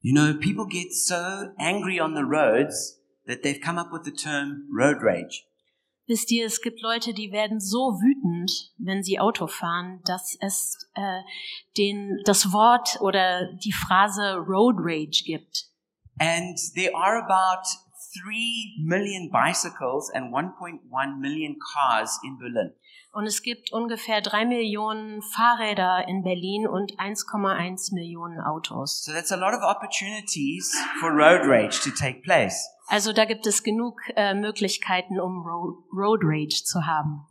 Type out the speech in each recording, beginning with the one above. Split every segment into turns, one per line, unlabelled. You know, people get so angry on the roads that they've come up with the term road rage.
Wisst ihr, es gibt Leute, die werden so wütend, wenn sie Auto fahren, dass es äh, den, das Wort oder die Phrase Road Rage gibt.
And there are about 3 million bicycles and 1.1 million cars in Berlin.
Und es gibt ungefähr drei Millionen Fahrräder in Berlin und 1,1 Millionen Autos.
So that's a lot of opportunities for road rage to take place.
Also da gibt es genug äh, Möglichkeiten, um Ro Road Rage zu haben.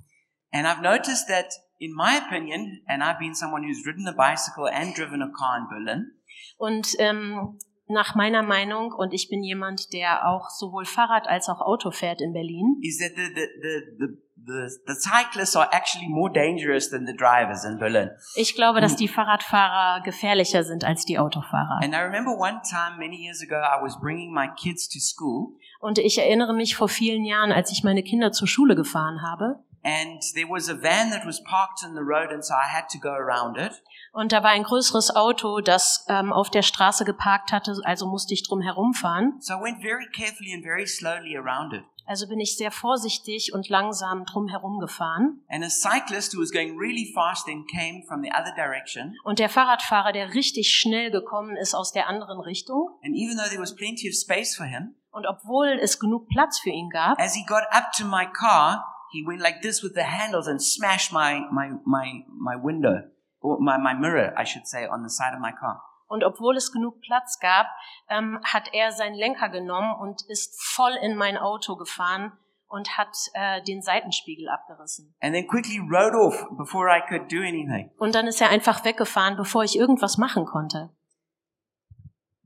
And I've noticed that, in my opinion, and I've been someone who's ridden a bicycle and driven a car in Berlin,
Und ähm, nach meiner Meinung, und ich bin jemand, der auch sowohl Fahrrad als auch Auto fährt in Berlin,
is that the, the, the, the, the, the cyclists are actually more dangerous than the drivers in Berlin.
ich glaube, dass die Fahrradfahrer gefährlicher sind als die Autofahrer.
And I remember one time many years ago, I was bringing my kids to school,
Und ich erinnere mich vor vielen Jahren, als ich meine Kinder zur Schule gefahren habe.
and there was a van that was parked in the road, and so I had to go around it.
Und da war ein größeres Auto, das ähm, auf der Straße geparkt hatte, also musste ich drum herumfahren.
So I went very carefully and very slowly around it.
Also bin ich sehr vorsichtig und langsam drum herumgefahren.
And a cyclist who was going really fast then came from the other direction.
Und der Fahrradfahrer, der richtig schnell gekommen ist aus der anderen Richtung,
And even though there was plenty of space for him,
und obwohl es genug Platz für ihn gab,
as he got up to my car, he went like this with the handles and smashed my, my, my, my window, or my, my mirror, I should say, on the side of my car.
und obwohl es genug Platz gab, ähm, hat er seinen Lenker genommen und ist voll in mein Auto gefahren und hat äh, den Seitenspiegel abgerissen.
And then quickly rode off before I could do anything.
Und dann ist er einfach weggefahren, bevor ich irgendwas machen konnte.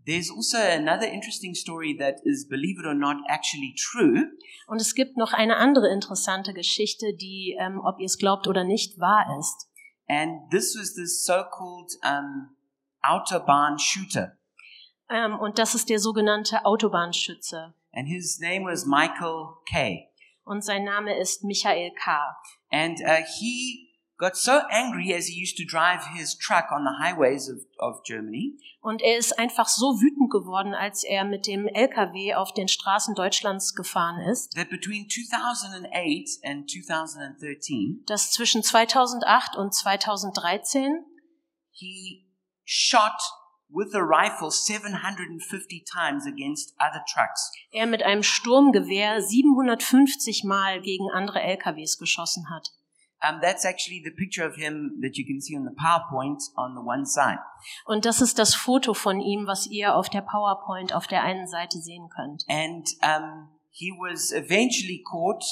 There's also another interesting story that is, believe it or not, actually true.
Und es gibt noch eine andere interessante Geschichte, die, ähm, ob ihr es glaubt oder nicht, wahr ist.
And this was this so-called um, Autobahn shooter.
Ähm, und das ist der sogenannte Autobahnschütze.
and his name was Michael K.
Und sein Name ist Michael K.
And uh, he got so angry as he used to drive his truck on the highways of, of Germany
Und er ist einfach so wütend geworden, als er mit dem LKW auf den Straßen Deutschlands gefahren ist,
that between 2008 and 2013,
dass zwischen 2008 und 2013
he shot with a rifle 750 times against other trucks.
er mit einem Sturmgewehr 750 Mal gegen andere LKWs geschossen hat.
Um, that's actually the picture of him that you can see on the PowerPoint on the one side.
Und das ist das Foto von ihm, was ihr auf der PowerPoint auf der einen Seite sehen könnt.
And um, he was eventually caught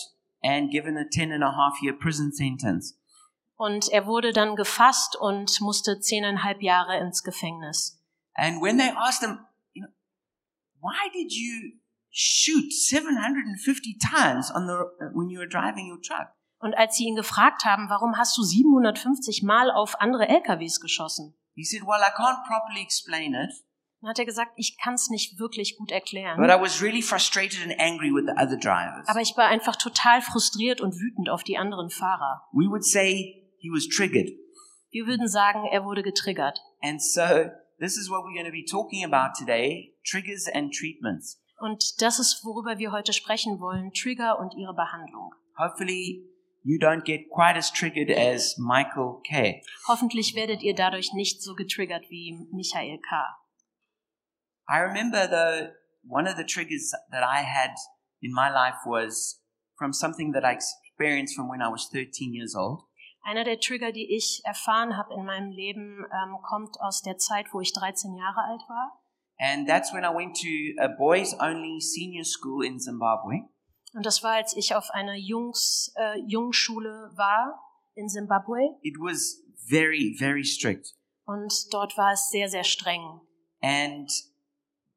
and given a 10 and a half year prison sentence.
Und er wurde dann gefasst und musste zehneinhalb Jahre ins Gefängnis.
And when they asked him, you know, why did you shoot 750 times on the when you were driving your truck?
Und als sie ihn gefragt haben, warum hast du 750 Mal auf andere LKWs geschossen?
He said, "Well, I can't properly explain it,
Dann hat er gesagt, ich kann es nicht wirklich gut
but I
erklären.
was really frustrated and angry with the other drivers."
Aber ich war einfach total frustriert und wütend auf die anderen Fahrer.
We would say he was triggered,
Wir würden sagen, er wurde getriggert.
and so this is what we're going to be talking about today: triggers and treatments.
Und das ist, worüber wir heute sprechen wollen, Trigger und ihre Behandlung.
Hopefully, you don't get quite as triggered as Michael K.
Hoffentlich werdet ihr dadurch nicht so getriggert wie Michael K.
I remember though, one of the triggers that I had in my life was from something that I experienced from when I was 13 years old.
Einer der Trigger, die ich erfahren habe in meinem Leben, ähm, kommt aus der Zeit, wo ich 13 Jahre alt war.
And that's when I went to a boys only senior school in Zimbabwe.
Und das war, als ich auf einer Jungs, äh, Jungschule war in Simbabwe.
It was very, very strict.
Und dort war es sehr, sehr streng.
And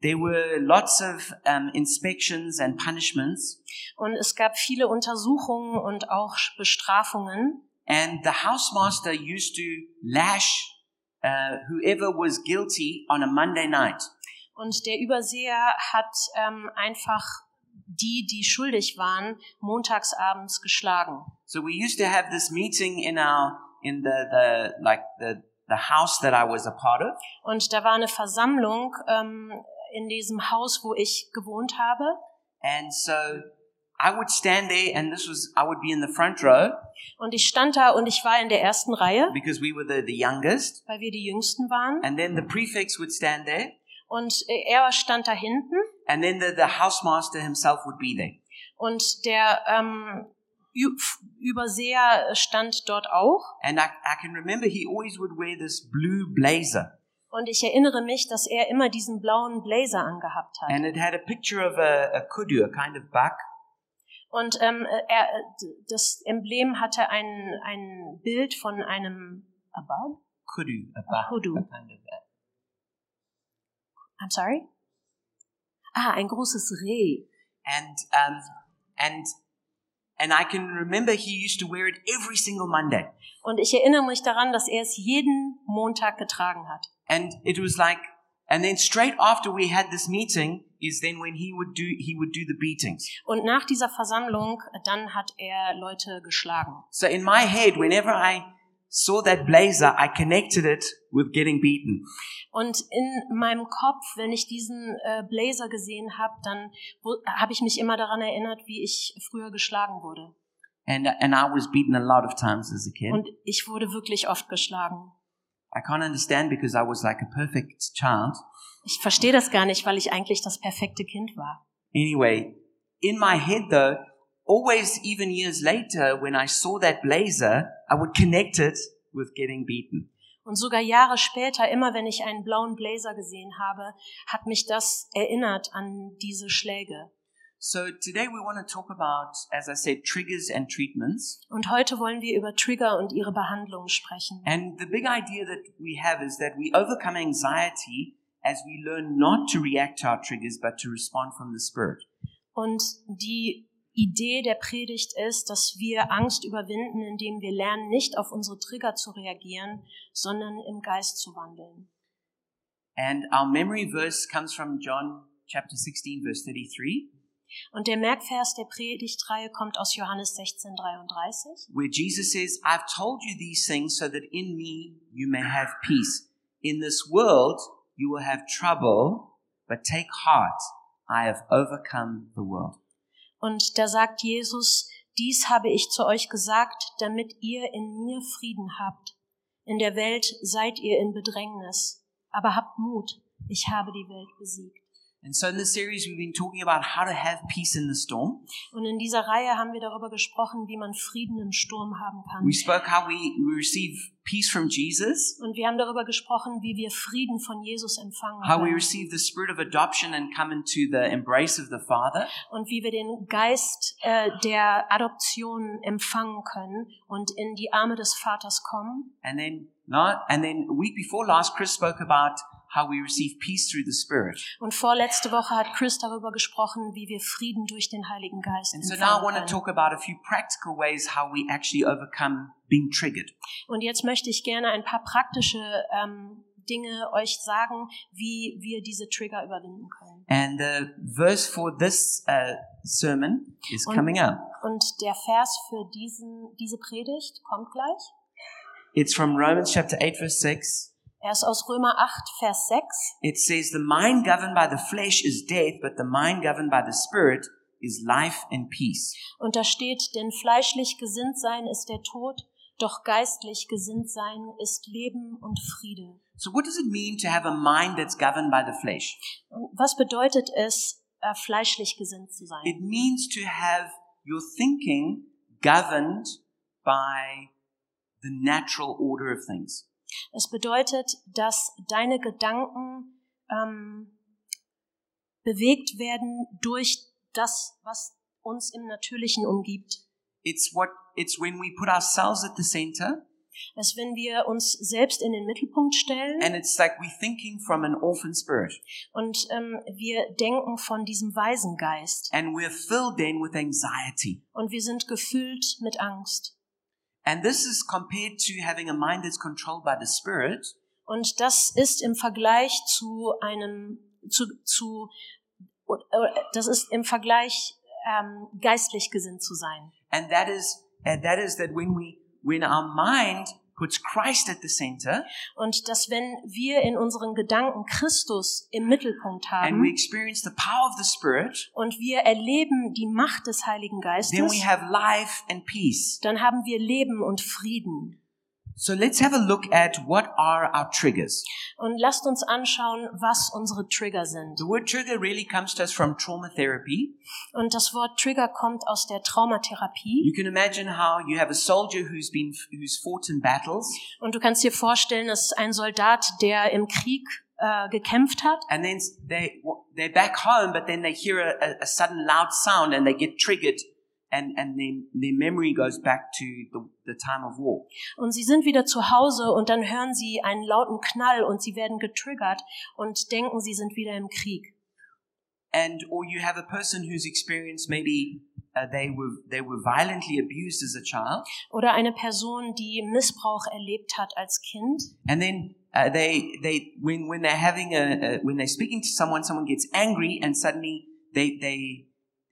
there were lots of um, inspections and punishments.
Und es gab viele Untersuchungen und auch Bestrafungen.
And the housemaster used to lash uh, whoever was guilty on a Monday night.
Und der Überseher hat ähm, einfach die, die schuldig waren, montagsabends geschlagen.
So we used to have this meeting in our in the the like the the house that I was a part of,
Und da war eine Versammlung ähm, in diesem Haus, wo ich gewohnt habe.
and so I would stand there, and this was I would be in the front row
Und ich stand da und ich war in der ersten Reihe,
because we were the, the youngest,
weil wir die Jüngsten waren.
and then the prefects would stand there,
Und äh, er stand da hinten
and then the, the housemaster himself would be there.
und der ähm, Ü- F- Überseher stand dort auch.
And I, I can remember he always would wear this blue blazer.
Und ich erinnere mich, dass er immer diesen blauen Blazer angehabt hat.
And it had a picture of a, a kudu, a kind of buck.
Und ähm, er, äh, d- das Emblem hatte ein, ein Bild von einem Abab?
Kudu, a buck.
kudu.
A kind of uh, a-
I'm sorry? Ah, ein großes Reh.
And, um, and, and I can remember he used to wear it every single Monday.
Und ich erinnere mich daran, dass er es jeden Montag getragen hat.
And it was like, and then straight after we had this meeting is then when he would do, he would do the beatings.
Und nach dieser Versammlung, äh, dann hat er Leute geschlagen.
So in my head, whenever I saw that blazer, I connected it with getting beaten.
Und in meinem Kopf, wenn ich diesen äh, Blazer gesehen habe, dann wo- habe ich mich immer daran erinnert, wie ich früher geschlagen wurde.
And, and I was beaten a lot of times as a kid.
Und ich wurde wirklich oft geschlagen.
I can't understand because I was like a perfect child.
Ich verstehe das gar nicht, weil ich eigentlich das perfekte Kind war.
Anyway, in my head though, always even years later, when I saw that blazer, I would connect it with getting beaten.
Und sogar Jahre später, immer wenn ich einen blauen Blazer gesehen habe, hat mich das erinnert an diese Schläge.
So today we want to talk about, as I said, triggers and treatments.
Und heute wollen wir über Trigger und ihre Behandlung sprechen.
And the big idea that we have is that we overcome anxiety as we learn not to react to our triggers, but to respond from the Spirit.
Und die Idee der Predigt ist, dass wir Angst überwinden, indem wir lernen, nicht auf unsere Trigger zu reagieren, sondern im Geist zu wandeln.
And our memory verse comes from John chapter 16 verse 33,
Und der Merkvers der Predigtreihe kommt aus Johannes 16,33.
where Jesus says, I've told you these things so that in me you may have peace. In this world you will have trouble, but take heart. I have overcome the world.
Und da sagt Jesus, dies habe ich zu euch gesagt, damit ihr in mir Frieden habt. In der Welt seid ihr in Bedrängnis, aber habt Mut, ich habe die Welt besiegt.
And so in this series, we've been talking about how to have peace in the storm.
Und in dieser Reihe haben wir darüber gesprochen, wie man Frieden im Sturm haben kann.
We spoke how we, we receive peace from Jesus,
Und wir haben darüber gesprochen, wie wir Frieden von Jesus empfangen
how we
können
receive the spirit of adoption and come into the embrace of the Father,
und wie wir den Geist äh, der Adoption empfangen können und in die Arme des Vaters kommen.
And then not, and then week before last, Chris spoke about how we receive peace through the Spirit.
Und vorletzte Woche hat Chris darüber gesprochen, wie wir Frieden durch den Heiligen Geist
And so now I um,
empfangen
want to
können.
talk about a few practical ways how we actually overcome being triggered.
Und jetzt möchte ich gerne ein paar praktische ähm, Dinge euch sagen, wie wir diese Trigger überwinden können.
And the verse for this uh, sermon is
Und-
coming up.
Und der Vers für diesen, diese Predigt kommt gleich.
It's from Romans chapter 8, verse 6.
Er ist aus Römer 8, Vers 6.
It says, The mind governed by the flesh is death, but the mind governed by the Spirit is life and peace.
Und da steht, denn fleischlich gesinnt sein ist der Tod, doch geistlich gesinnt sein ist Leben und Friede.
So, what does it mean to have a mind that's governed by the flesh?
Und was bedeutet es, äh, fleischlich gesinnt zu sein?
It means to have your thinking governed by the natural order of things.
Es bedeutet, dass deine Gedanken ähm, bewegt werden durch das, was uns im Natürlichen umgibt.
It's what it's when we put ourselves at the center
Dass wenn wir uns selbst in den Mittelpunkt stellen
and it's like we're thinking from an orphan spirit
und ähm, wir denken von diesem Waisengeist.
and we're filled then with anxiety.
und wir sind gefüllt mit Angst.
And this is compared to having a mind that's controlled by the spirit
Und das ist im Vergleich zu einem, zu, zu äh, das ist im Vergleich ähm, geistlich gesinnt zu sein.
and that is and that is that when we when our mind puts Christ at the center,
Und dass wenn wir in unseren Gedanken Christus im Mittelpunkt
and we
haben
experience the power of the Spirit,
und wir erleben die Macht des Heiligen
then we
Geistes,
have life and peace.
dann haben wir Leben und Frieden.
So let's have a look at what are our triggers.
Und lasst uns anschauen, was unsere Trigger sind.
The word trigger really comes to us from trauma therapy.
Und das Wort Trigger kommt aus der Traumatherapie.
You can imagine how you have a soldier who's been who's fought in battles,
Und du kannst dir vorstellen, dass ein Soldat, der im Krieg äh, gekämpft hat,
and then they they're back home, but then they hear a, a sudden loud sound and they get triggered, and and then their memory goes back to the, the time of war.
und sie sind wieder zu Hause und dann hören sie einen lauten Knall und sie werden getriggert und denken, sie sind wieder im Krieg.
and or you have a person who's experienced maybe uh, they were they were violently abused as a child,
Oder eine Person, die Missbrauch erlebt hat als Kind
and then uh, they they when when they're having a, a when they're speaking to someone, someone gets angry, and suddenly they they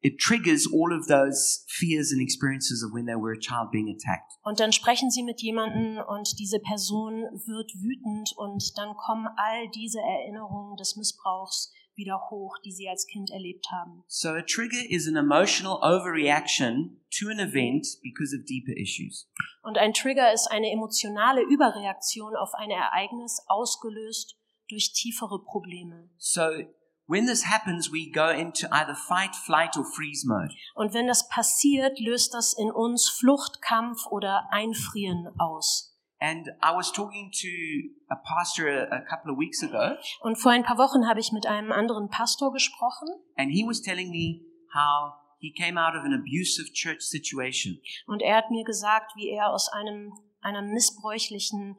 it triggers all of those fears and experiences of when they were a child being attacked.
und dann sprechen sie mit jemandem und diese Person wird wütend und dann kommen all diese Erinnerungen des Missbrauchs wieder hoch, die sie als Kind erlebt haben.
So a trigger is an emotional overreaction to an event because of deeper issues.
Und ein Trigger ist eine emotionale Überreaktion auf ein Ereignis, ausgelöst durch tiefere Probleme.
So when this happens, we go into either fight, flight, or freeze mode.
Und wenn das passiert, löst das in uns Flucht, Kampf oder Einfrieren aus.
And I was talking to a pastor a, a couple of weeks ago,
Und vor ein paar Wochen habe ich mit einem anderen Pastor gesprochen
and he was telling me how he came out of an abusive church situation.
und er hat mir gesagt, wie er aus einem, einer missbräuchlichen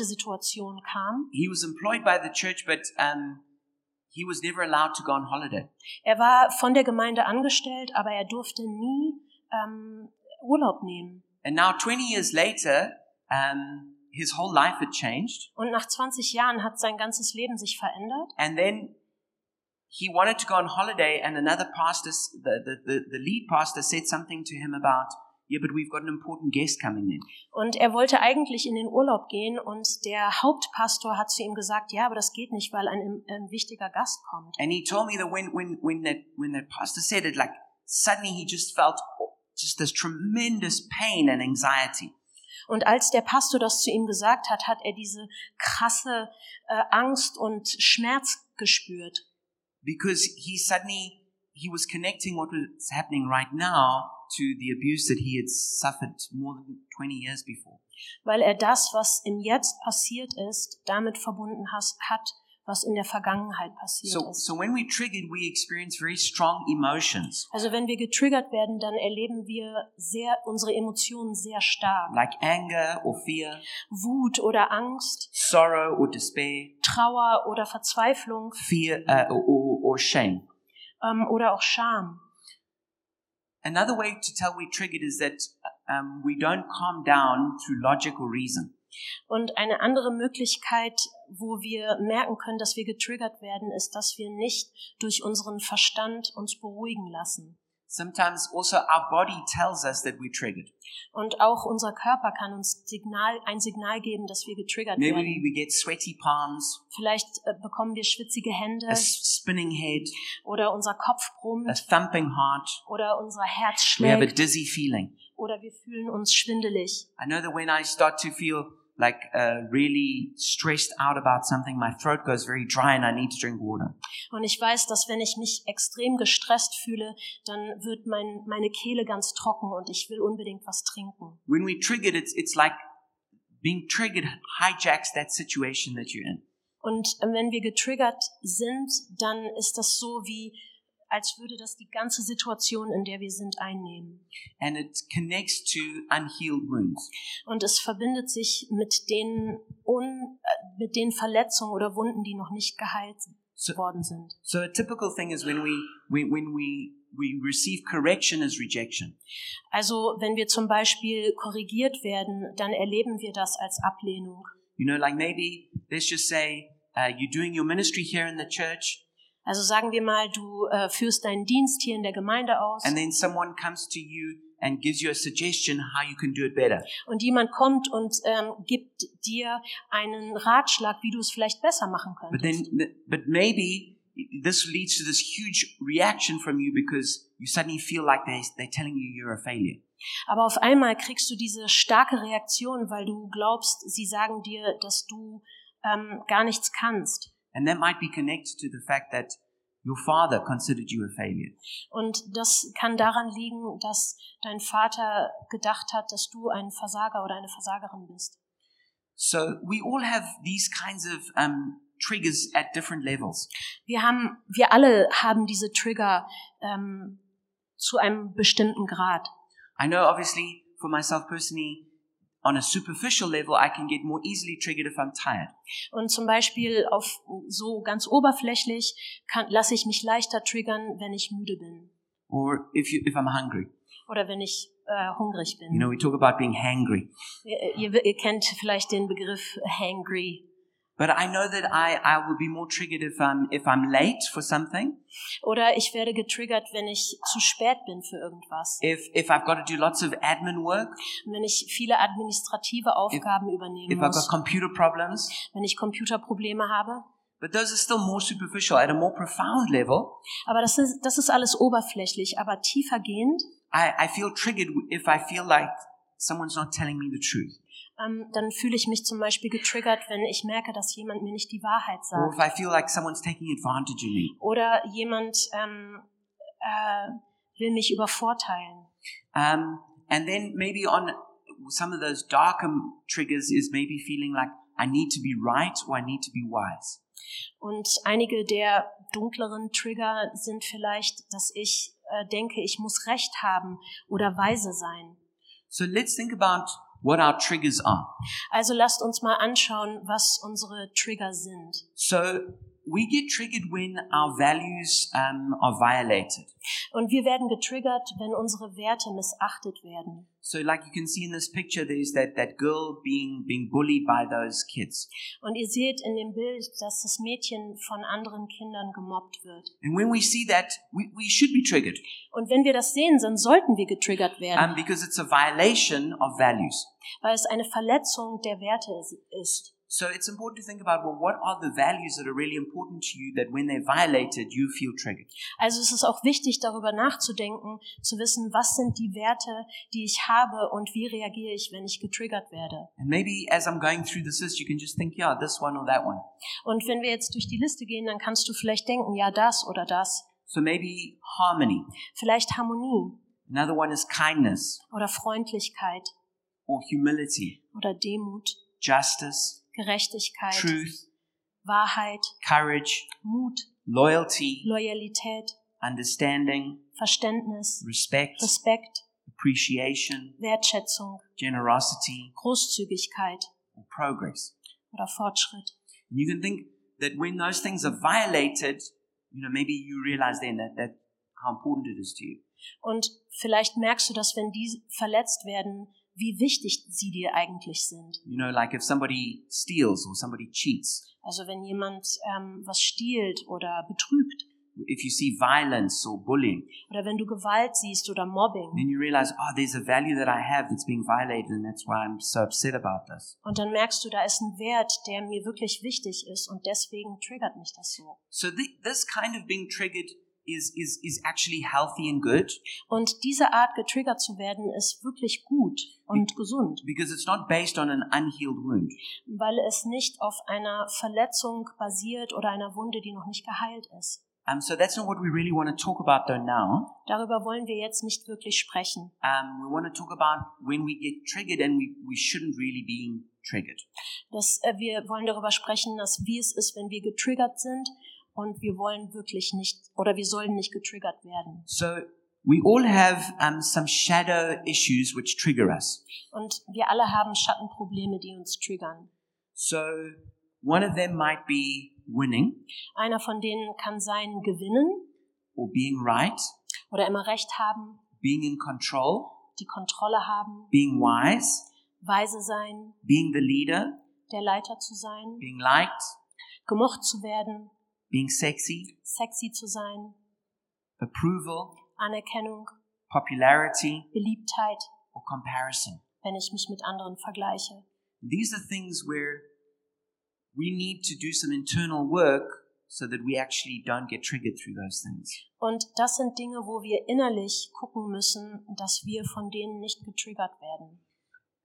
Gemeindesituation kam.
He was employed by the church, but um, he was never allowed to go on holiday.
Er war von der Gemeinde angestellt, aber er durfte nie ähm, Urlaub nehmen.
And now, 20 years later, um, his whole life had changed.
Und nach 20 Jahren hat sein ganzes Leben sich verändert.
And then he wanted to go on holiday, and another pastor, s- the, the, the, the lead pastor, said something to him about, yeah, but we've got an important guest coming in.
Und er wollte eigentlich in den Urlaub gehen und der Hauptpastor hat zu ihm gesagt, ja, aber das geht nicht, weil ein, ein wichtiger Gast kommt.
And he told me that when when when that when that pastor said it, like suddenly he just felt just this tremendous pain and anxiety.
Und als der Pastor das zu ihm gesagt hat, hat er diese krasse äh, Angst und Schmerz gespürt.
Because he suddenly he was connecting what was happening right now to the abuse that he had suffered more than 20 years before.
weil er das, was im Jetzt passiert ist, damit verbunden has, hat, was in der Vergangenheit passiert
So
ist.
so when we triggered, we experience very strong emotions
Also wenn wir getriggert werden, dann erleben wir sehr unsere Emotionen sehr stark.
like anger or fear,
Wut oder Angst,
sorrow or despair,
Trauer oder Verzweiflung
fear uh, or, or shame.
ähm, oder auch Scham.
Another way to tell we're triggered is that um, we don't calm down through logic or reason.
Und eine andere Möglichkeit, wo wir merken können, dass wir getriggert werden, ist, dass wir nicht durch unseren Verstand uns beruhigen lassen.
Sometimes also our body tells us that we're triggered.
Und auch unser Körper kann uns Signal, ein Signal geben, dass wir getriggert
Maybe
werden.
we- we get sweaty palms,
Vielleicht äh, bekommen wir schwitzige Hände
a s- spinning head,
oder unser Kopf
a
brummt
thumping heart.
oder unser Herz
We have a
schlägt
dizzy feeling.
oder wir fühlen uns schwindelig.
I know that when I start to feel like uh, really stressed out about something, my throat goes very dry and I need to drink water.
Und ich weiß, dass wenn ich mich extrem gestresst fühle, dann wird mein, meine Kehle ganz trocken und ich will unbedingt was trinken.
When we're triggered, it's, it's like being triggered hijacks that situation that you're in.
Und äh, wenn wir getriggert sind, dann ist das so wie, als würde das die ganze Situation, in der wir sind, einnehmen.
And it connects to unhealed wounds.
Und es verbindet sich mit den, un, äh, mit den Verletzungen oder Wunden, die noch nicht geheilt
So,
worden sind.
So a typical thing is when we when, when we we receive correction as rejection.
Also wenn wir zum Beispiel korrigiert werden, dann erleben wir das als Ablehnung.
You know, like maybe let's just say uh, you're doing your ministry here in the church,
Also sagen wir mal, du äh, führst deinen Dienst hier in der Gemeinde aus
and then someone comes to you and gives you a suggestion how you can do it better.
Und jemand kommt und ähm, gibt dir einen Ratschlag, wie du es vielleicht besser machen
But
könntest.
then, but maybe this leads to this huge reaction from you because you suddenly feel like they, they're telling you you're a failure.
Aber auf einmal kriegst du diese starke Reaktion, weil du glaubst, sie sagen dir, dass du ähm, gar nichts kannst.
And that might be connected to the fact that your father considered you a failure.
Und das kann daran liegen, dass dein Vater gedacht hat, dass du ein Versager oder eine Versagerin bist.
So we all have these kinds of um, triggers at different levels.
Wir haben, wir alle haben diese Trigger ähm, zu einem bestimmten Grad.
I know, obviously, for myself personally, on a superficial level, I can get more easily triggered if I'm tired.
Und zum Beispiel auf so ganz oberflächlich kann, lasse ich mich leichter triggern, wenn ich müde bin
or if you, if I'm hungry.
oder wenn ich äh, hungrig bin.
You know, we talk about being hangry,
Ihr, ihr, ihr kennt vielleicht den Begriff hangry.
but I know that I, I will be more triggered if I'm if I'm late for something,
Oder ich werde getriggert, wenn ich zu spät bin für irgendwas.
if if I've got to do lots of admin work,
Und wenn ich viele administrative Aufgaben
if
übernehmen
I've got
muss.
computer problems.
Wenn ich Computerprobleme habe.
But those are still more superficial. At a more profound level,
Aber das ist, das ist alles oberflächlich. Aber tiefergehend,
I, I feel triggered if I feel like someone's not telling me the truth,
ähm, dann fühle ich mich zum Beispiel getriggert, wenn ich merke, dass jemand mir nicht die Wahrheit
or
sagt.
if I feel like someone's taking advantage of me.
Oder jemand ähm, äh, will mich übervorteilen.
Um, and then maybe on some of those darker triggers is maybe feeling like I need to be right or I need to be wise.
Und einige der dunkleren Trigger sind vielleicht, dass ich äh, denke, ich muss Recht haben oder weise sein.
So let's think about what our triggers are.
Also lasst uns mal anschauen, was unsere Trigger sind.
So we get triggered when our values um, are violated.
Und wir werden getriggert, wenn unsere Werte missachtet werden.
So like you can see in this picture, there's that, that girl being, being bullied by those kids.
Und ihr seht in dem Bild, dass das Mädchen von anderen Kindern gemobbt wird.
And when we see that, we, we should be triggered
Und wenn wir das sehen, dann sollten wir getriggert werden,
um, because it's a violation of values.
weil es eine Verletzung der Werte is- ist.
So it's important to think about, well, what are the values that are really important to you that when they're violated, you feel triggered?
Also es ist auch wichtig, darüber nachzudenken, zu wissen, was sind die Werte, die ich habe und wie reagiere ich, wenn ich getriggert werde.
And maybe as I'm going through this list, you can just think, yeah, this one or that one.
Und wenn wir jetzt durch die Liste gehen, dann kannst du vielleicht denken, ja, das oder das.
So maybe harmony.
Vielleicht Harmonie
Another one is kindness
oder Freundlichkeit
or humility,
oder Demut,
justice,
Gerechtigkeit,
truth,
Wahrheit,
courage,
Mut,
loyalty,
Loyalität,
understanding,
Verständnis,
respect,
Respekt,
appreciation,
Wertschätzung,
generosity,
Großzügigkeit
or progress.
oder Fortschritt.
And you can think that when those things are violated, you know, maybe you realize then that, that how important it is to you.
Und vielleicht merkst du, dass wenn die verletzt werden, wie wichtig sie dir eigentlich sind.
You know, like if somebody steals or somebody cheats,
Also wenn jemand ähm, was stiehlt oder betrügt
if you see violence or bullying,
oder wenn du Gewalt siehst oder Mobbing.
then you realize, oh, there's a value that I have that's being violated, and that's why I'm so upset about this.
Und dann merkst du, da ist ein Wert, der mir wirklich wichtig ist und deswegen triggert mich das so.
So th- this kind of being triggered is is is actually healthy and good
Und diese Art getriggert zu werden ist wirklich gut und gesund,
because it's not based on an unhealed wound.
weil es nicht auf einer Verletzung basiert oder einer Wunde, die noch nicht geheilt ist.
Um, so that's not what we really want to talk about though now.
Darüber wollen wir jetzt nicht wirklich sprechen.
Um, we want to talk about when we get triggered and we, we shouldn't really be triggered.
dass äh, wir wollen darüber sprechen, dass wie es ist, wenn wir getriggert sind und wir wollen wirklich nicht oder wir sollen nicht getriggert werden.
So we all have um, some shadow issues which trigger us.
Und wir alle haben Schattenprobleme, die uns triggern.
So one of them might be winning
Einer von denen kann sein gewinnen
or being right,
oder immer recht haben,
being in control,
die Kontrolle haben,
being wise,
weise sein,
being the leader,
der Leiter zu sein,
being liked,
gemocht zu werden,
being sexy,
sexy zu sein,
approval,
Anerkennung,
popularity,
Beliebtheit,
or comparison.
wenn ich mich mit anderen vergleiche.
These are things where we need to do some internal work so that we actually don't get triggered through those things.
Und das sind Dinge, wo wir innerlich gucken müssen, dass wir von denen nicht getriggert werden.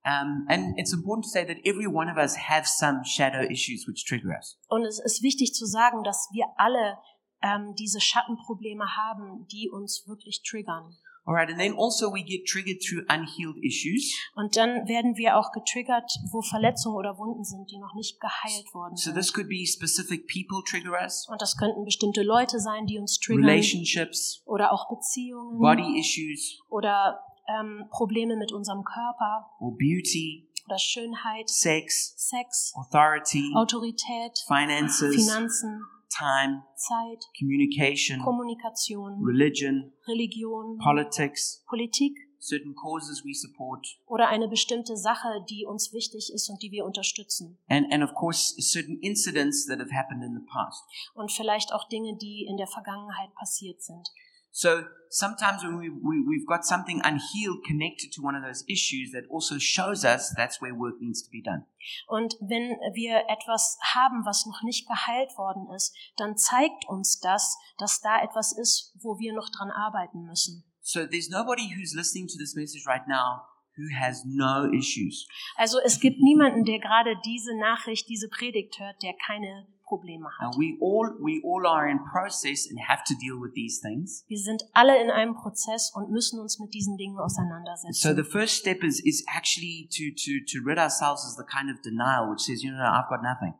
Um, and it's important to say that every one of us have some shadow issues which trigger us.
Und es ist wichtig zu sagen, dass wir alle ähm, diese Schattenprobleme haben, die uns wirklich triggern.
All right, and then also we get triggered through unhealed issues.
Und dann werden wir auch getriggert, wo Verletzungen oder Wunden sind, die noch nicht geheilt worden
So
sind.
this could be specific people trigger us,
Und das könnten bestimmte Leute sein, die uns triggern.
relationships,
Oder auch Beziehungen.
body issues,
Oder ähm, Probleme mit unserem Körper.
or beauty,
Oder Schönheit.
sex,
Sex.
authority,
Autorität.
finances,
Finanzen.
time,
Zeit.
communication,
Kommunikation.
religion,
Religion.
politics,
Politik.
certain causes we support,
Oder eine bestimmte Sache, die uns wichtig ist und die wir unterstützen.
and, and of course, certain incidents that have happened in the past.
Und vielleicht auch Dinge, die in der Vergangenheit passiert sind.
So sometimes when we, we, we've got something unhealed connected to one of those issues, that also shows us that's where work needs to be done.
Und wenn wir etwas haben, was noch nicht geheilt worden ist, dann zeigt uns das, dass da etwas ist, wo wir noch dran arbeiten müssen.
So there's nobody who's listening to this message right now who has no issues.
Also es gibt niemanden, der gerade diese Nachricht, diese Predigt hört, der keine Probleme
Now
hat.
we all we all are in process and have to deal with these things.
Wir sind alle in einem Prozess und müssen uns mit diesen Dingen
So the
auseinandersetzen.
first step is is actually to to to rid ourselves of the kind of denial which says, you know, no, I've got nothing.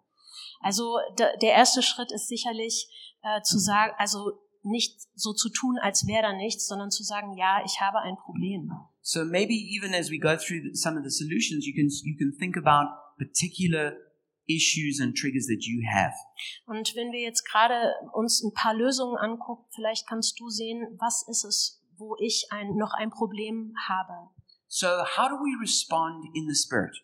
Also da- der erste Schritt ist sicherlich äh, zu sagen, also nicht so zu tun, als wäre da nichts, sondern zu sagen, ja, ich habe ein Problem.
So maybe even as we go through the- some of the solutions, you can you can think about particular issues and triggers that you have.
Und wenn wir jetzt gerade uns ein paar Lösungen angucken, vielleicht kannst du sehen, was ist es, wo ich ein, noch ein Problem habe.
So, how do we respond in the Spirit?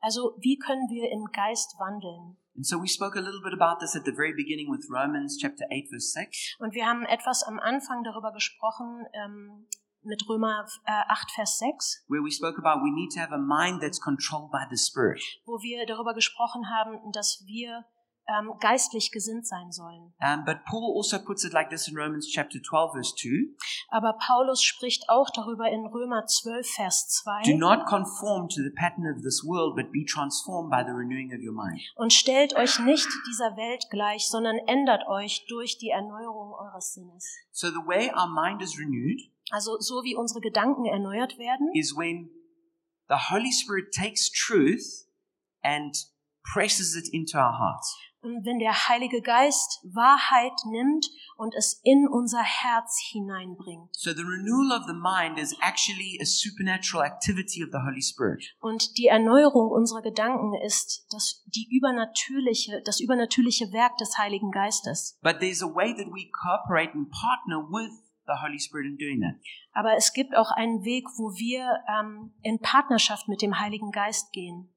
Also wie können wir im Geist wandeln?
And so, we spoke a little bit about this at the very beginning with Romans chapter 8, verse 6.
Und wir haben etwas am Anfang darüber gesprochen ähm, mit Römer äh, 8, Vers 6,
Where we spoke about we need to have a mind that's controlled by the Spirit.
wo wir darüber gesprochen haben, dass wir ähm, geistlich gesinnt sein sollen.
Um, but Paul also puts it like this in Romans chapter 12, verse 2.
Aber Paulus spricht auch darüber in Römer 12, Vers 2.
Do not conform to the pattern of this world, but be transformed by the renewing of your mind.
Und stellt euch nicht dieser Welt gleich, sondern ändert euch durch die Erneuerung eures Sinnes.
So, the way our mind is renewed
Also so wie unsere Gedanken erneuert werden,
is when the Holy Spirit takes truth and presses it into our hearts.
und wenn der Heilige Geist Wahrheit nimmt und es in unser Herz hineinbringt.
So the renewal of the mind is actually a supernatural activity of the Holy Spirit.
Und die Erneuerung unserer Gedanken ist das, die übernatürliche, das übernatürliche Werk des Heiligen Geistes.
But there's a way that we cooperate and partner with the Holy Spirit in doing that.
Aber es gibt auch einen Weg, wo wir ähm, in Partnerschaft mit dem Heiligen Geist gehen.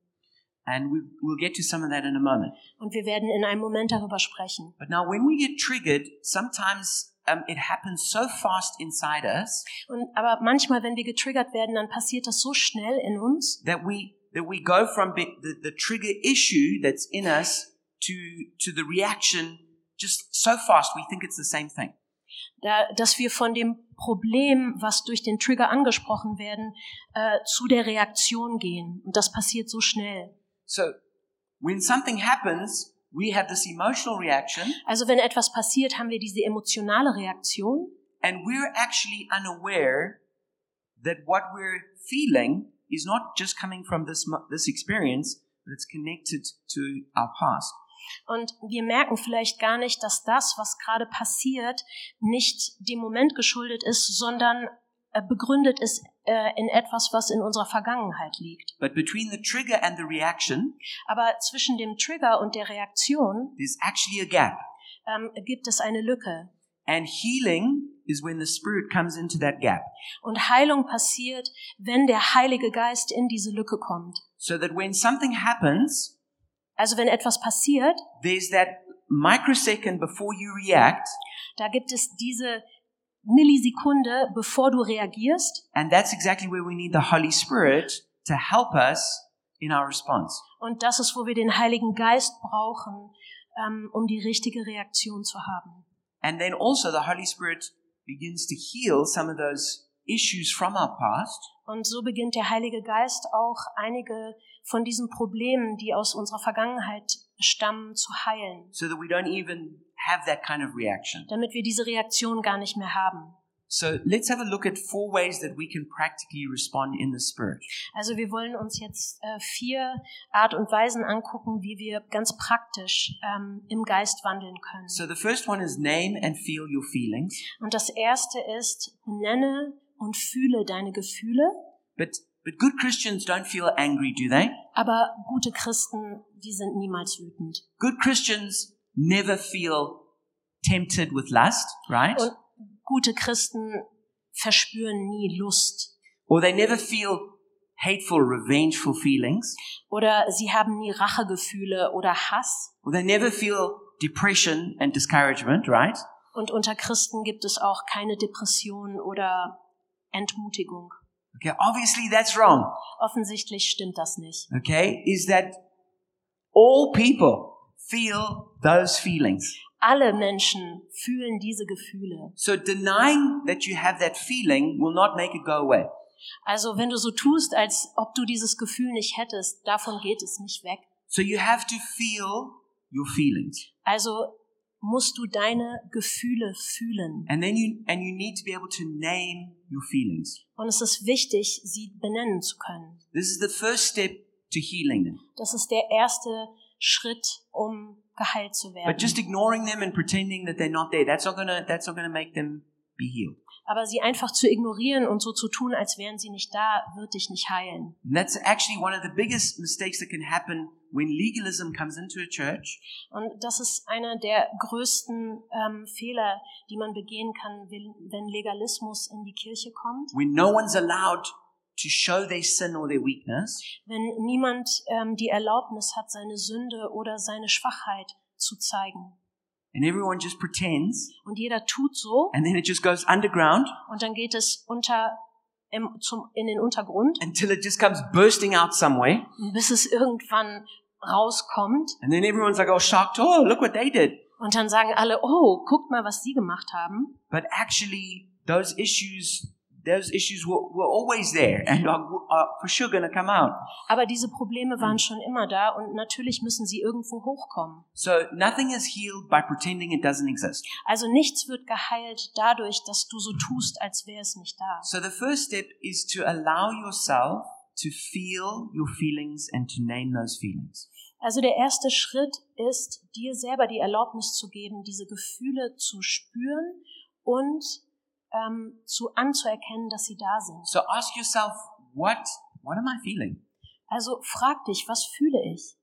And we, we'll get to some of that in a moment.
Und wir werden in einem Moment darüber sprechen.
But now, when we get triggered, sometimes um, it happens so fast inside us
Und, aber manchmal, wenn wir getriggert werden, dann passiert das so schnell in uns,
that we that we go from be, the, the trigger issue that's in us to to the reaction just so fast. We think it's the same thing.
da, dass wir von dem Problem, was durch den Trigger angesprochen werden, äh, zu der Reaktion gehen. Und das passiert so schnell.
So when something happens, we have this emotional reaction.
Also wenn etwas passiert, haben wir diese emotionale Reaktion
And we're actually unaware that what we're feeling is not just coming from this, mo- this experience, but it's connected to our past.
und wir merken vielleicht gar nicht, dass das, was gerade passiert, nicht dem Moment geschuldet ist, sondern äh, begründet ist äh, in etwas, was in unserer Vergangenheit liegt.
But between the trigger and the reaction,
Aber zwischen dem Trigger und der Reaktion
there's actually a gap.
ähm, gibt es eine Lücke.
And healing is when the Spirit comes into that gap.
Und Heilung passiert, wenn der Heilige Geist in diese Lücke kommt.
So that when something happens,
Also wenn etwas passiert,
there's that microsecond before you react
da gibt es diese Millisekunde, bevor du reagierst.
And that's exactly where we need the Holy Spirit to help us in our response.
Und das ist, wo wir den Heiligen Geist brauchen, ähm, um die richtige Reaktion zu haben.
And then also the Holy Spirit begins to heal some of those issues from our past
Und so beginnt der Heilige Geist auch einige von diesen Problemen, die aus unserer Vergangenheit stammen, zu heilen,
so that we don't even have that kind of reaction.
damit wir diese Reaktion gar nicht mehr haben.
So let's have a look at four ways that we can practically respond in the Spirit.
Also wir wollen uns jetzt äh, vier Art und Weisen angucken, wie wir ganz praktisch ähm, im Geist wandeln können.
So the first one is name and feel your feelings.
Und das erste ist, nenne und fühle deine Gefühle.
But but good Christians don't feel angry, do they?
Aber gute Christen, die sind niemals wütend.
Good Christians never feel tempted with lust, right?
Und gute Christen verspüren nie Lust.
Or they never feel hateful, revengeful feelings.
Oder sie haben nie Rachegefühle oder Hass.
Or they never feel depression and discouragement, right?
Und unter Christen gibt es auch keine Depression oder Entmutigung.
Okay, obviously that's wrong.
Offensichtlich stimmt das nicht.
Okay, is that all people feel those feelings.
Alle Menschen fühlen diese Gefühle.
So denying that you have that feeling will not make it go away.
Also wenn du so tust, als ob du dieses Gefühl nicht hättest, davon geht es nicht weg.
So you have to feel your feelings.
Also musst du deine Gefühle fühlen.
And then you and you need to be able to name your feelings.
Und es ist wichtig, sie benennen zu können.
This is the first step to healing them.
Das ist der erste Schritt, um geheilt zu werden.
But just ignoring them and pretending that they're not there, that's not gonna that's not gonna make them be healed.
Aber sie einfach zu ignorieren und so zu tun, als wären sie nicht da, wird dich nicht heilen.
And that's actually one of the biggest mistakes that can happen when legalism comes into a church
Und das ist einer der größten ähm, Fehler, die man begehen kann, wenn, wenn Legalismus in die Kirche kommt.
when no one's allowed to show their sin or their weakness.
Wenn niemand ähm, die Erlaubnis hat, seine Sünde oder seine Schwachheit zu zeigen.
And everyone just pretends
Und jeder tut so
and then it just goes underground
und dann geht es unter im, zum, in den Untergrund,
until it just comes bursting out somewhere.
bis es irgendwann rauskommt.
And then everyone's like, oh, shocked. Oh, look what they did.
Und dann sagen alle, oh, guckt mal, was sie gemacht haben.
But actually, those issues, those issues were, were always there and are, are for sure going to come out.
Aber diese Probleme waren schon immer da und natürlich müssen sie irgendwo hochkommen.
So nothing is healed by pretending it doesn't exist.
Also nichts wird geheilt dadurch, dass du so tust, als wäre es nicht da.
So the first step is to allow yourself to feel your feelings and to name those feelings.
Also der erste Schritt ist, dir selber die Erlaubnis zu geben, diese Gefühle zu spüren und ähm, zu anzuerkennen, dass sie da sind.
So ask yourself, what, what am I feeling?
Also frag dich, was fühle ich?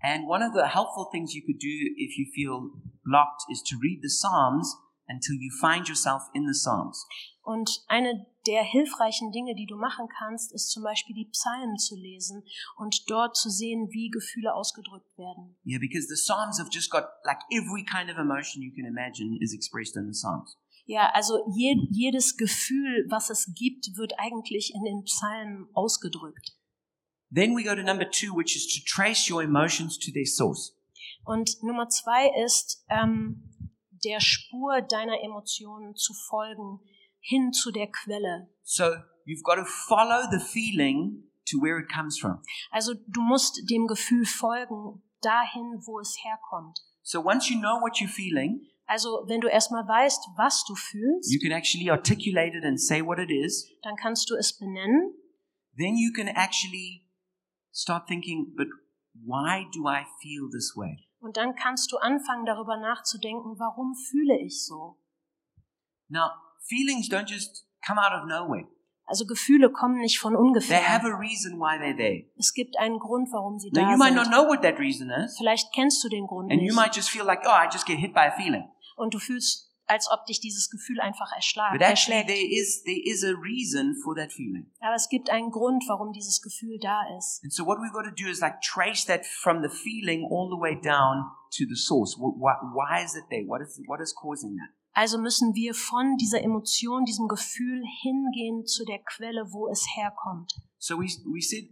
And one of the helpful things you could do if you feel blocked is to read the Psalms until you find yourself in the Psalms.
Und eine der hilfreichen Dinge, die du machen kannst, ist zum Beispiel die Psalmen zu lesen und dort zu sehen, wie Gefühle ausgedrückt werden.
Yeah, because the Psalms have just got like every kind of emotion you can imagine is expressed in the Psalms.
Ja, also je, jedes Gefühl, was es gibt, wird eigentlich in den Psalmen ausgedrückt.
Then we go to number two, which is to trace your emotions to their source.
Und Nummer zwei ist, ähm, der Spur deiner Emotionen zu folgen, hin zu der Quelle.
So you've got to follow the feeling to where it comes from.
Also du musst dem Gefühl folgen, dahin, wo es herkommt.
So once you know what you're feeling,
Also wenn du erstmal weißt, was du fühlst,
you can actually articulate it and say what it is.
dann kannst du es benennen
Then you can actually start thinking, but why do I feel this way?
und dann kannst du anfangen, darüber nachzudenken, warum fühle ich so.
Now, feelings don't just come out of nowhere.
Also Gefühle kommen nicht von
They
ungefähr.
have a reason why they're there.
Es gibt einen Grund, warum sie
Now,
da
you might not
sind.
know what that reason is,
Vielleicht kennst du den Grund
and you
nicht
might just feel like, oh, I just get hit by a feeling.
und du fühlst, als ob dich dieses Gefühl einfach erschlagen,
But actually,
erschlägt.
there is, there is a reason for that feeling.
Aber es gibt einen Grund, warum dieses Gefühl da ist.
And so, what we've got to do is like trace that from the feeling all the way down to the source. Wh- Why, why is it there? What is, what is causing that?
Also müssen wir von dieser Emotion, diesem Gefühl hingehen zu der Quelle, wo es herkommt.
So we, we said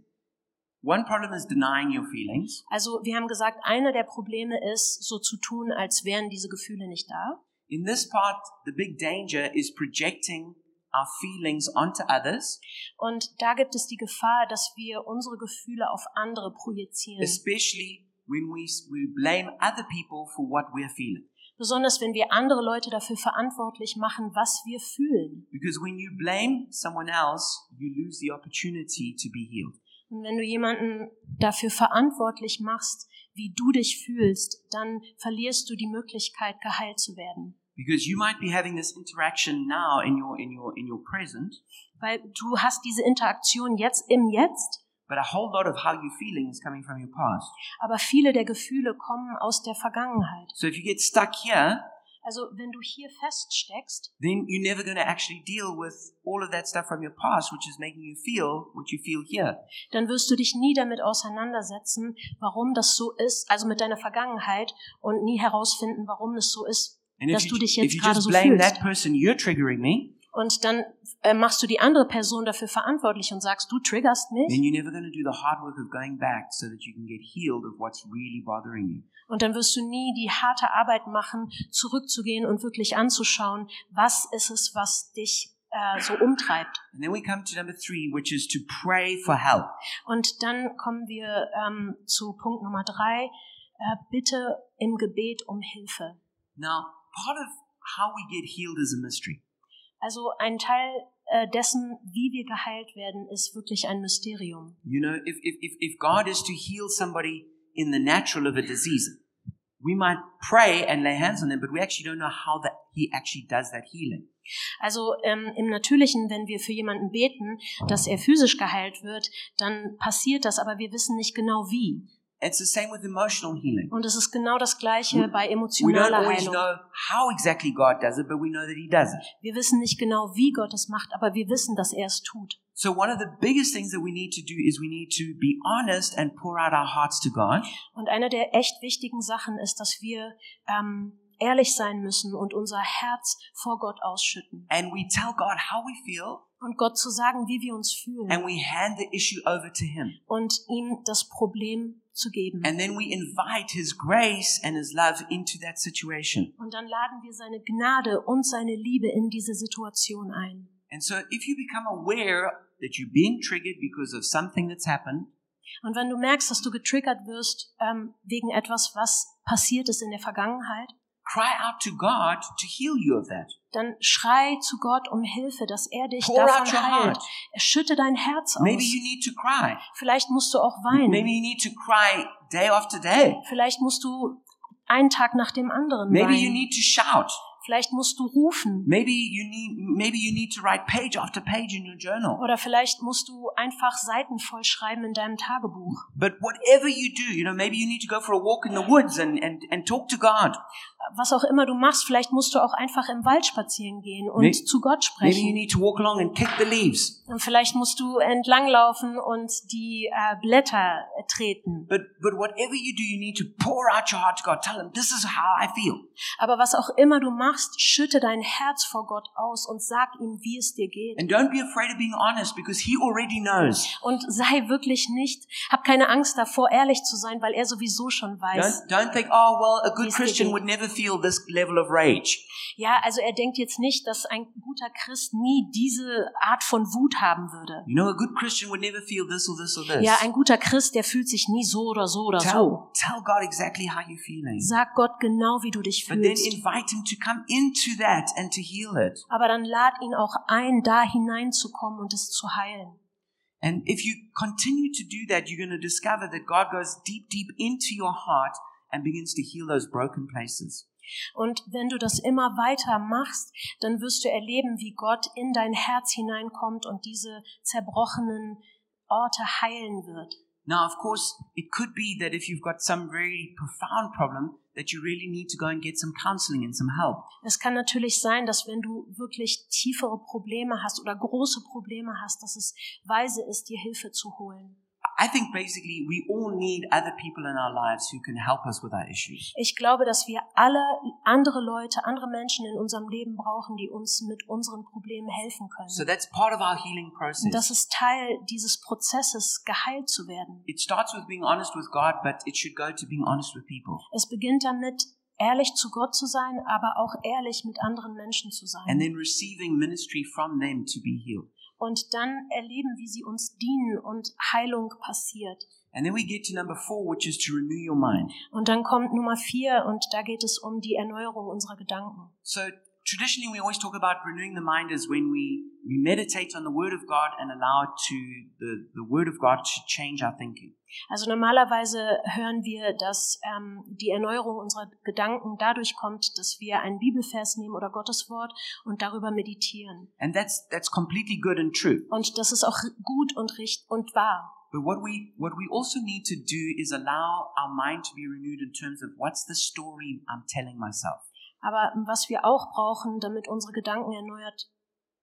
one problem is denying your feelings.
Also wir haben gesagt, einer der Probleme ist, so zu tun, als wären diese Gefühle nicht da.
In this part, the big danger is projecting our feelings onto others,
Und da gibt es die Gefahr, dass wir unsere Gefühle auf andere projizieren.
especially when we, we blame other people for what we're feeling.
Besonders wenn wir andere Leute dafür verantwortlich machen, was wir fühlen.
Because when you blame someone else, you lose the opportunity to be healed.
Und wenn du jemanden dafür verantwortlich machst, wie du dich fühlst, dann verlierst du die Möglichkeit, geheilt zu werden.
Because you might be having this interaction now in your, in your, in your present,
Weil du hast diese Interaktion jetzt im Jetzt,
but a whole lot of how you're feeling is coming from your past.
aber viele der Gefühle kommen aus der Vergangenheit.
So if you get stuck here,
Also wenn du hier feststeckst,
then you're never going to actually deal with all of that stuff from your past, which is making you feel what you feel here.
dann wirst du dich nie damit auseinandersetzen, warum das so ist, also mit deiner Vergangenheit und nie herausfinden, warum es so ist,
And if
dass
you,
du dich
if
jetzt
you
gerade
just
so
blame
fühlst.
that person, you're triggering me,
Und dann äh, machst du die andere Person dafür verantwortlich und sagst, du triggerst
then
mich.
you're never going to do the hard work of going back so that you can get healed of what's really bothering you.
Und dann wirst du nie die harte Arbeit machen, zurückzugehen und wirklich anzuschauen, was ist es, was dich äh, so umtreibt.
And then we come to number three, which is to pray for help.
Und dann kommen wir ähm, zu Punkt Nummer drei. Äh, bitte im Gebet um Hilfe.
Now, part of how we get healed is a mystery.
Also ein Teil äh, dessen, wie wir geheilt werden, ist wirklich ein Mysterium.
You know, if, if, if, if God is to heal somebody in the natural of a disease, we might pray and lay hands on them, but we actually don't know how that He actually does that healing.
Also ähm, im Natürlichen, wenn wir für jemanden beten, dass er physisch geheilt wird, dann passiert das, aber wir wissen nicht genau wie.
It's the same with emotional healing.
Und es ist genau das Gleiche bei
We don't
emotionaler
always
Heilung.
know how exactly God does it, but we know that He does it.
Wir wissen nicht genau, wie Gott es macht, aber wir wissen, dass er es tut.
So one of the biggest things that we need to do is we need to be honest and pour out our hearts to God.
Und eine der echt wichtigen Sachen ist, dass wir ähm, ehrlich sein müssen und unser Herz vor Gott ausschütten.
And we tell God how we feel
Und Gott zu sagen, wie wir uns fühlen
and we hand the issue over to Him.
und ihm das Problem zu geben.
And then we invite His grace and His love into that situation.
Und dann laden wir seine Gnade und seine Liebe in diese Situation ein.
And so if you become aware that you're being triggered because of something that's happened,
Und wenn du merkst, dass du getriggert wirst ähm, wegen etwas, was passiert ist in der Vergangenheit,
cry out to God to heal you of that.
dann schrei zu Gott um Hilfe, dass er dich
Pour out
davon
your
heilt.
heart.
Schütte dein Herz
Maybe
aus.
you need to cry.
Vielleicht musst du auch
Maybe
weinen.
you need to cry day after day.
Vielleicht musst du einen Tag nach dem anderen
Maybe you
weinen.
need to shout.
Vielleicht musst du rufen.
Maybe you need maybe you need to write page after page in your journal.
Oder vielleicht musst du einfach Seiten vollschreiben in deinem Tagebuch.
But whatever you do, you know, maybe you need to go for a walk in the woods and, and, and talk to God.
Was auch immer du machst, vielleicht musst du auch einfach im Wald spazieren gehen und
Maybe-
zu Gott
Maybe you
sprechen.
need to walk along and kick the leaves.
Und vielleicht musst du entlanglaufen und die äh, Blätter äh, treten.
But but whatever you do, you need to pour out your heart to God. Tell him this is how I feel.
Aber was auch immer du machst, schütte dein Herz vor Gott aus und sag ihm, wie es dir geht.
And don't be afraid of being honest because he already knows.
Und sei wirklich nicht, hab keine Angst davor, ehrlich zu sein, weil er sowieso schon weiß.
Don't, don't think, oh, well, a good
Yes,
Christian
indeed.
would never feel this level of rage.
Ja, also er denkt jetzt nicht, dass ein guter Christ nie diese Art von Wut haben würde.
You know, a good Christian would never feel this or this or this.
Ja, ein guter Christ, der fühlt sich nie so oder so oder so.
tell, tell God exactly how you're feeling.
Sag Gott genau, wie du dich
But then
fühlst.
invite him to come into that and to heal it.
Aber dann lad ihn auch ein, da hineinzukommen und es zu heilen.
And if you continue to do that, you're going to discover that God goes deep, deep into your heart and begins to heal those broken places.
Und wenn du das immer weiter machst, dann wirst du erleben, wie Gott in dein Herz hineinkommt und diese zerbrochenen Orte heilen wird.
Now, of course, it could be that if you've got some very profound problem, that you really need to go and get some counseling and some help.
Es kann natürlich sein, dass wenn du wirklich tiefere Probleme hast oder große Probleme hast, dass es weise ist, dir Hilfe zu holen.
I think basically we all need other people in our lives who can help us with our issues.
Ich glaube, dass wir alle andere Leute, andere Menschen in unserem Leben brauchen, die uns mit unseren Problemen helfen
So
können.
that's part of our healing
Und das
process.
ist Teil dieses Prozesses, geheilt zu werden.
It starts with being honest with God, but it should go to being honest with people.
Es beginnt damit, ehrlich zu Gott zu sein, aber auch ehrlich mit anderen Menschen zu
And
sein.
then receiving ministry from them to be healed.
Und dann erleben, wie sie uns dienen und Heilung passiert.
And then we get to number four, which is to renew your mind.
Und dann kommt Nummer vier und da geht es um die Erneuerung unserer Gedanken.
So traditionally, we always talk about renewing the mind is when we, we meditate on the Word of God and allow it to the, the Word of God to change our thinking.
Also normalerweise hören wir, dass ähm, die Erneuerung unserer Gedanken dadurch kommt, dass wir einen Bibelvers nehmen oder Gottes Wort und darüber meditieren.
And that's that's completely good and true.
Und das ist auch gut und richtig und wahr.
But what we what we also need to do is allow our mind to be renewed in terms of what's the story I'm telling myself.
Aber was wir auch brauchen, damit unsere Gedanken erneuert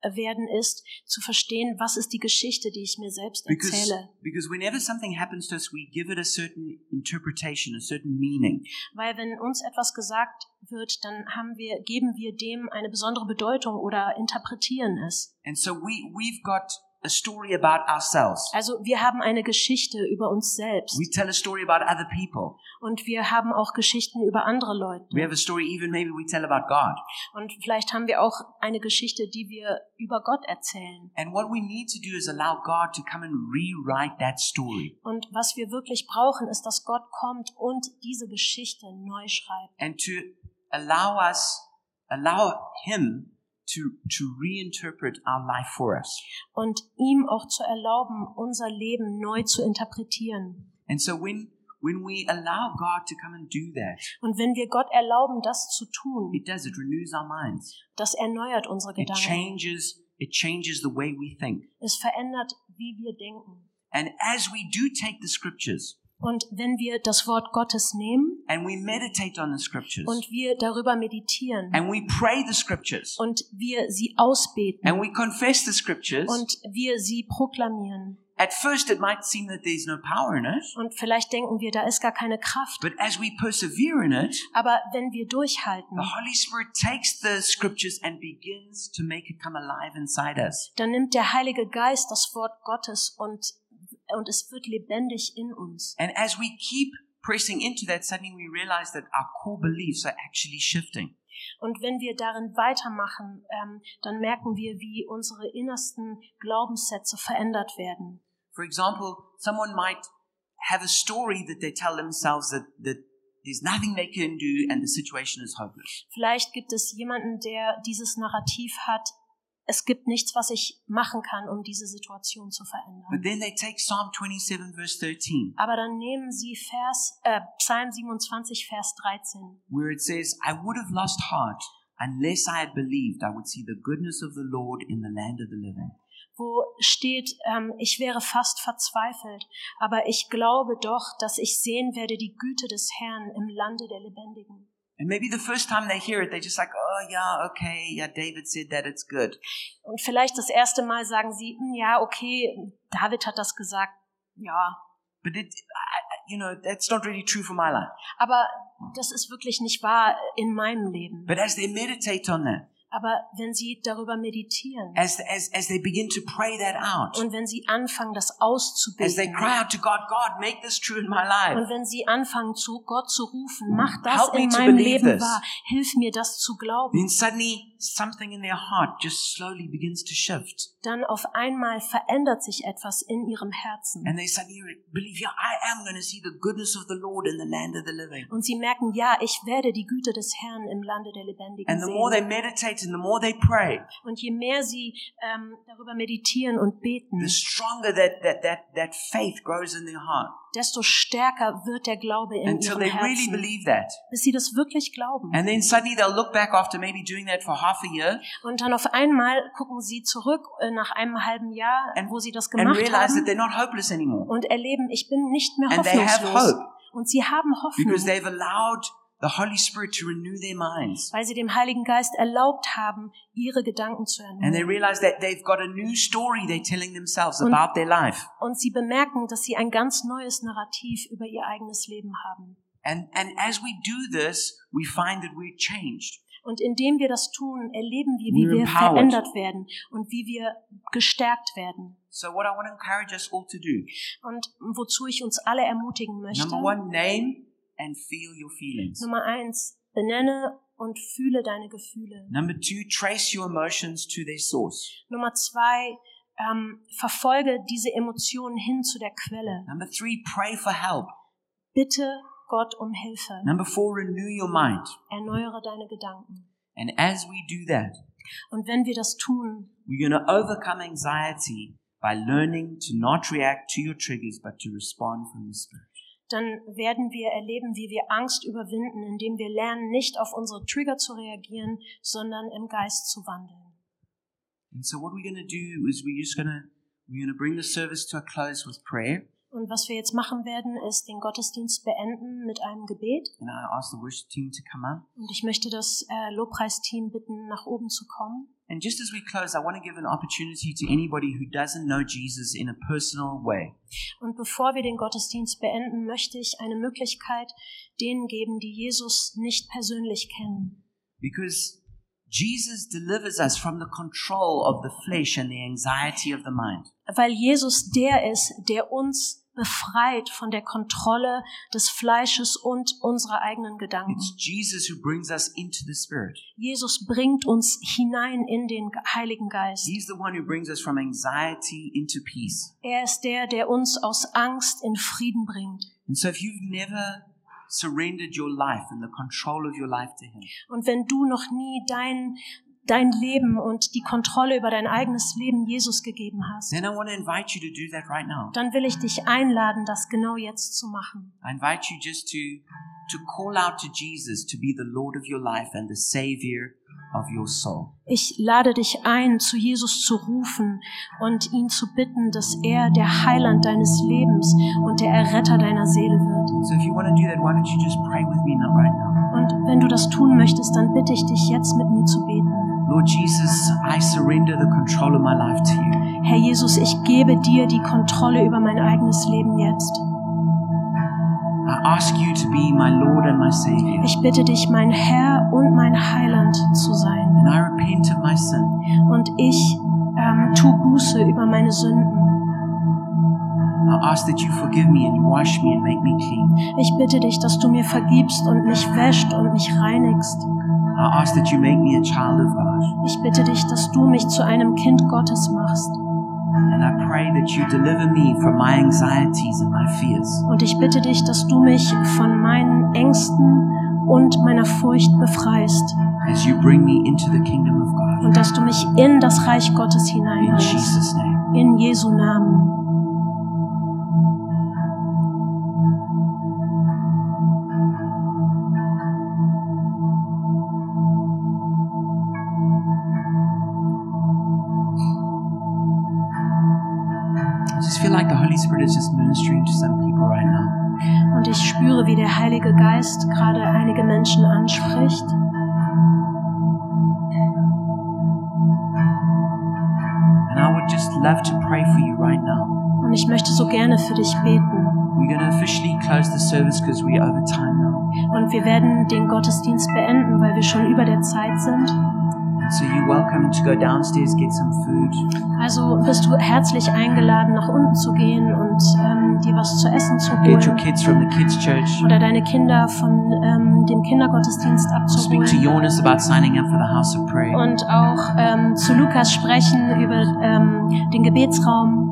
äh, werden, ist zu verstehen, was ist die Geschichte, die ich mir selbst
Because,
erzähle.
because whenever something happens to us, we give it a certain interpretation, a certain meaning.
Weil wenn uns etwas gesagt wird, dann haben wir, geben wir dem eine besondere Bedeutung oder interpretieren es.
And so we, we've got a story about ourselves.
Also wir haben eine Geschichte über uns selbst.
We tell a story about other people.
Und wir haben auch Geschichten über andere Leute.
We have a story even maybe we tell about God.
Und vielleicht haben wir auch eine Geschichte, die wir über Gott erzählen.
And what we need to do is allow God to come and rewrite that story
Und was wir wirklich brauchen, ist, dass Gott kommt und diese Geschichte neu schreibt.
and to allow us, allow Him to, to reinterpret our life for us.
Und ihm auch zu erlauben, unser Leben neu zu interpretieren.
And so when, when we allow God to come and do that,
Und wenn wir Gott erlauben, das zu
it
tun,
does, it renews our minds.
das erneuert unsere
It
Gedanken.
changes, it changes the way we think.
Es verändert, wie wir denken.
And as we do take the scriptures
Und wenn wir das Wort Gottes nehmen
and we meditate on the scriptures
und wir darüber meditieren
and we pray the scriptures
und wir sie ausbeten,
and we confess the scriptures,
und wir sie proklamieren.
at first it might seem that there's no power in it,
Und vielleicht denken wir, da ist gar keine Kraft.
but as we persevere in it,
Aber wenn wir
the
durchhalten,
Holy Spirit takes the scriptures and begins to make it come alive inside us.
dann nimmt der Heilige Geist das Wort Gottes und, und es wird lebendig in uns.
And as we keep pressing into that, suddenly we realize that our core beliefs are actually shifting.
Und wenn wir darin weitermachen, ähm, dann merken wir, wie unsere innersten Glaubenssätze verändert werden.
For example, someone might have a story that they tell themselves that, that there's nothing they can do and the situation is hopeless.
Vielleicht gibt es jemanden, der dieses Narrativ hat, es gibt nichts, was ich machen kann, um diese Situation zu verändern.
But then they take Psalm 27, verse 13,
Aber dann nehmen sie Vers, äh, Psalm 27, Vers 13,
where it says, I would have lost heart unless I had believed I would see the goodness of the Lord in the land of the living.
wo steht, ähm, ich wäre fast verzweifelt, aber ich glaube doch, dass ich sehen werde die Güte des Herrn im Lande der Lebendigen.
And maybe the first time they hear it, they're just like, oh, yeah, okay, yeah, David said that, it's good.
Und vielleicht das erste Mal sagen sie, "Hm, ja, okay, David hat das gesagt, ja.
But it, I, I- you know, that's not really true for my life.
Aber das ist wirklich nicht wahr in meinem Leben.
But as they meditate on that,
Aber wenn sie darüber meditieren
as, as, as they begin to pray that out,
und wenn sie anfangen, das
as they
auszubeten,
cry out to God, God, make this true in my life.
Und wenn sie anfangen, zu Gott zu rufen, mach das
Mm. Help me
in
to
meinem
believe
Leben
this. Mm.
wahr, hilf mir das zu glauben,
Then suddenly something in their heart just slowly begins to shift.
dann auf einmal verändert sich etwas in ihrem Herzen.
And they suddenly re- believe, yeah, I am going to see the goodness of the Lord in the land of the living.
Und sie merken, ja, ich werde die Güte des Herrn im Lande der Lebendigen
And the more they
sehen.
meditate and the more they pray,
Und je mehr sie ähm, darüber meditieren und beten,
the stronger that, that, that, that faith grows in their heart
desto stärker wird der Glaube in
until
ihrem
they really
Herzen,
believe that.
bis sie das wirklich glauben.
And then suddenly they'll look back after maybe doing that for half a year
Und dann auf einmal gucken sie zurück äh, nach einem halben Jahr,
And-
wo sie das
and
gemacht
realize that
haben,
they're not hopeless anymore
und erleben, ich bin nicht mehr
And they have
hoffnungslos.
hope.
Und sie haben
because
Hoffnung,
they've allowed the Holy Spirit to renew their minds.
weil sie dem Heiligen Geist erlaubt haben, ihre Gedanken zu
And they
erneuern.
realize that they've got a new story they're telling themselves
Und-
about their life.
Und sie bemerken, dass sie ein ganz neues Narrativ über ihr eigenes Leben haben.
And, and as we do this, we find that we're changed.
Und indem wir das tun, erleben wir,
We're
wie wir
empowered.
verändert werden und wie wir gestärkt werden.
So, what I want to encourage us all to do
Und wozu ich uns alle ermutigen möchte.
number one, name and feel your feelings.
Nummer eins, benenne und fühle deine Gefühle.
Number two, trace your emotions to their source.
Nummer zwei, ähm, verfolge diese Emotionen hin zu der Quelle.
Number three, pray for help.
Bitte Gott um Hilfe.
Number four, renew your mind.
Erneuere deine Gedanken.
And as we do that,
Und wenn wir das tun,
we're going to overcome anxiety by learning to not react to your triggers, but to respond from the Spirit.
dann werden wir erleben, wie wir Angst überwinden, indem wir lernen, nicht auf unsere Trigger zu reagieren, sondern im Geist zu wandeln.
And so, what we're going to do is we're just going to we're going to bring the service to a close with prayer.
Und was wir jetzt machen werden, ist den Gottesdienst beenden mit einem Gebet.
And I ask the worship team to come up.
Und ich möchte das äh, Lobpreisteam bitten, nach oben zu kommen.
And just as we close, I want to give an opportunity to anybody who doesn't know Jesus in a personal way.
Und bevor wir den Gottesdienst beenden, möchte ich eine Möglichkeit denen geben, die Jesus nicht persönlich kennen.
Because Jesus delivers us from the control of the flesh and the anxiety of the mind.
Weil Jesus der ist, der uns befreit von der Kontrolle des Fleisches und unserer eigenen Gedanken.
It's Jesus who brings us into the Spirit.
Jesus bringt uns hinein in den Heiligen Geist.
He's the one who brings us from anxiety into peace.
Er ist der, der uns aus Angst in Frieden bringt.
And so if you've never surrendered your life and the control of your life to Him,
Und wenn du noch nie dein, dein Leben und die Kontrolle über dein eigenes Leben Jesus gegeben hast,
then I want to invite you to do that right now.
dann will ich dich einladen, das genau jetzt zu machen.
I invite you just to, to call out to Jesus to be the Lord of your life and the Savior of your soul.
Ich lade dich ein, zu Jesus zu rufen und ihn zu bitten, dass er der Heiland deines Lebens und der Erretter deiner Seele wird.
So if you want to do that, why don't you just pray with me now, right now?
Und wenn du das tun möchtest, dann bitte ich dich jetzt mit mir zu beten.
Lord Jesus, I surrender the control of my life to you.
Herr Jesus, ich gebe dir die Kontrolle über mein eigenes Leben jetzt.
I ask you to be my Lord and my Savior.
Ich bitte dich, mein Herr und mein Heiland zu sein.
And I repent of my sin.
und ich ähm, tu Buße über meine Sünden.
I ask that you forgive me and wash me and make me clean.
Ich bitte dich, dass du mir vergibst und mich wäscht und mich reinigst.
I ask that you make me a child of God.
Ich bitte dich, dass du mich zu einem Kind Gottes machst.
And I pray that you deliver me from my anxieties and my fears.
Und ich bitte dich, dass du mich von meinen Ängsten und meiner Furcht befreist.
as you bring me into the kingdom of God.
Und dass du mich in das Reich Gottes
In
hineinbringst.
Jesus' name.
In Jesu Namen.
I just feel like the Holy Spirit is just ministering to some people right now.
Und ich spüre, wie der Heilige Geist gerade einige Menschen anspricht.
And I would just love to pray for you right now.
Und ich möchte so gerne für dich beten.
We're going to officially close the service because we're over time now.
Und wir werden den Gottesdienst beenden, weil wir schon über der Zeit sind.
And so you're welcome to go downstairs, get some food.
Also bist du herzlich eingeladen, nach unten zu gehen und ähm, dir was zu essen zu
Get your
holen.
kids from the kids' church.
Oder deine Kinder von ähm, dem Kindergottesdienst
Speak to
abzuholen.
Jonas about signing up for the house of prayer.
Und auch ähm, zu Lukas sprechen über ähm, den Gebetsraum.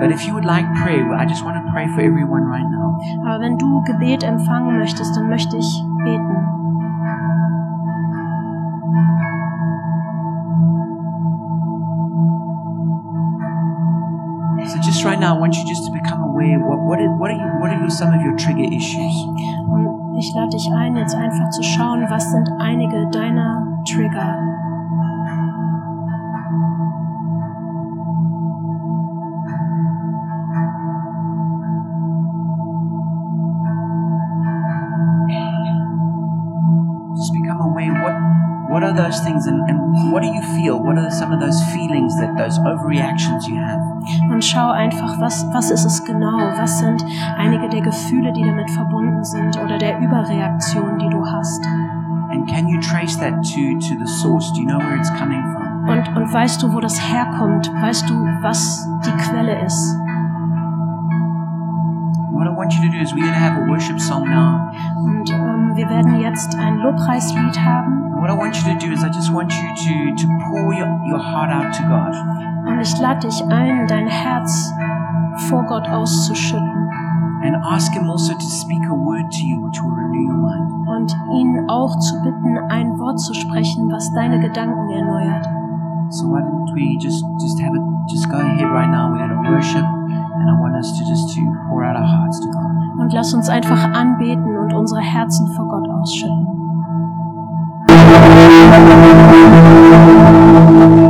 But if you would like prayer, I just want to pray for everyone right now.
Aber wenn du Gebet empfangen möchtest, dann möchte ich beten.
So just right now, I want you just to become aware what what are, what are you, what are your, some of your trigger issues.
Und ich lade dich ein, jetzt einfach zu schauen, was sind einige deiner Trigger.
What are those things and, and what do you feel? What are some of those feelings that those overreactions you have?
Und schau einfach, was, was ist es genau? Was sind einige der Gefühle, die damit verbunden sind oder der Überreaktion, die du hast?
And can you trace that to, to the source? Do you know where it's coming from?
Und, und weißt du, wo das herkommt? Weißt du, was die Quelle ist?
What I want you to do is we're going to have a worship song now.
Und ähm, wir werden jetzt ein Lobpreislied haben.
And what I want you to do is I just want you to, to pour your, your heart out to God.
Und ich lade dich ein, dein Herz vor Gott auszuschütten
And ask Him also to speak a word to you which will renew your mind.
und ihn auch zu bitten, ein Wort zu sprechen, was deine Gedanken erneuert.
So why don't we just, just have it, just go ahead right now. We're going to worship. And I want us to just to pour out our hearts to God.
Und lass uns einfach anbeten und unsere Herzen vor Gott ausschütten.
Thank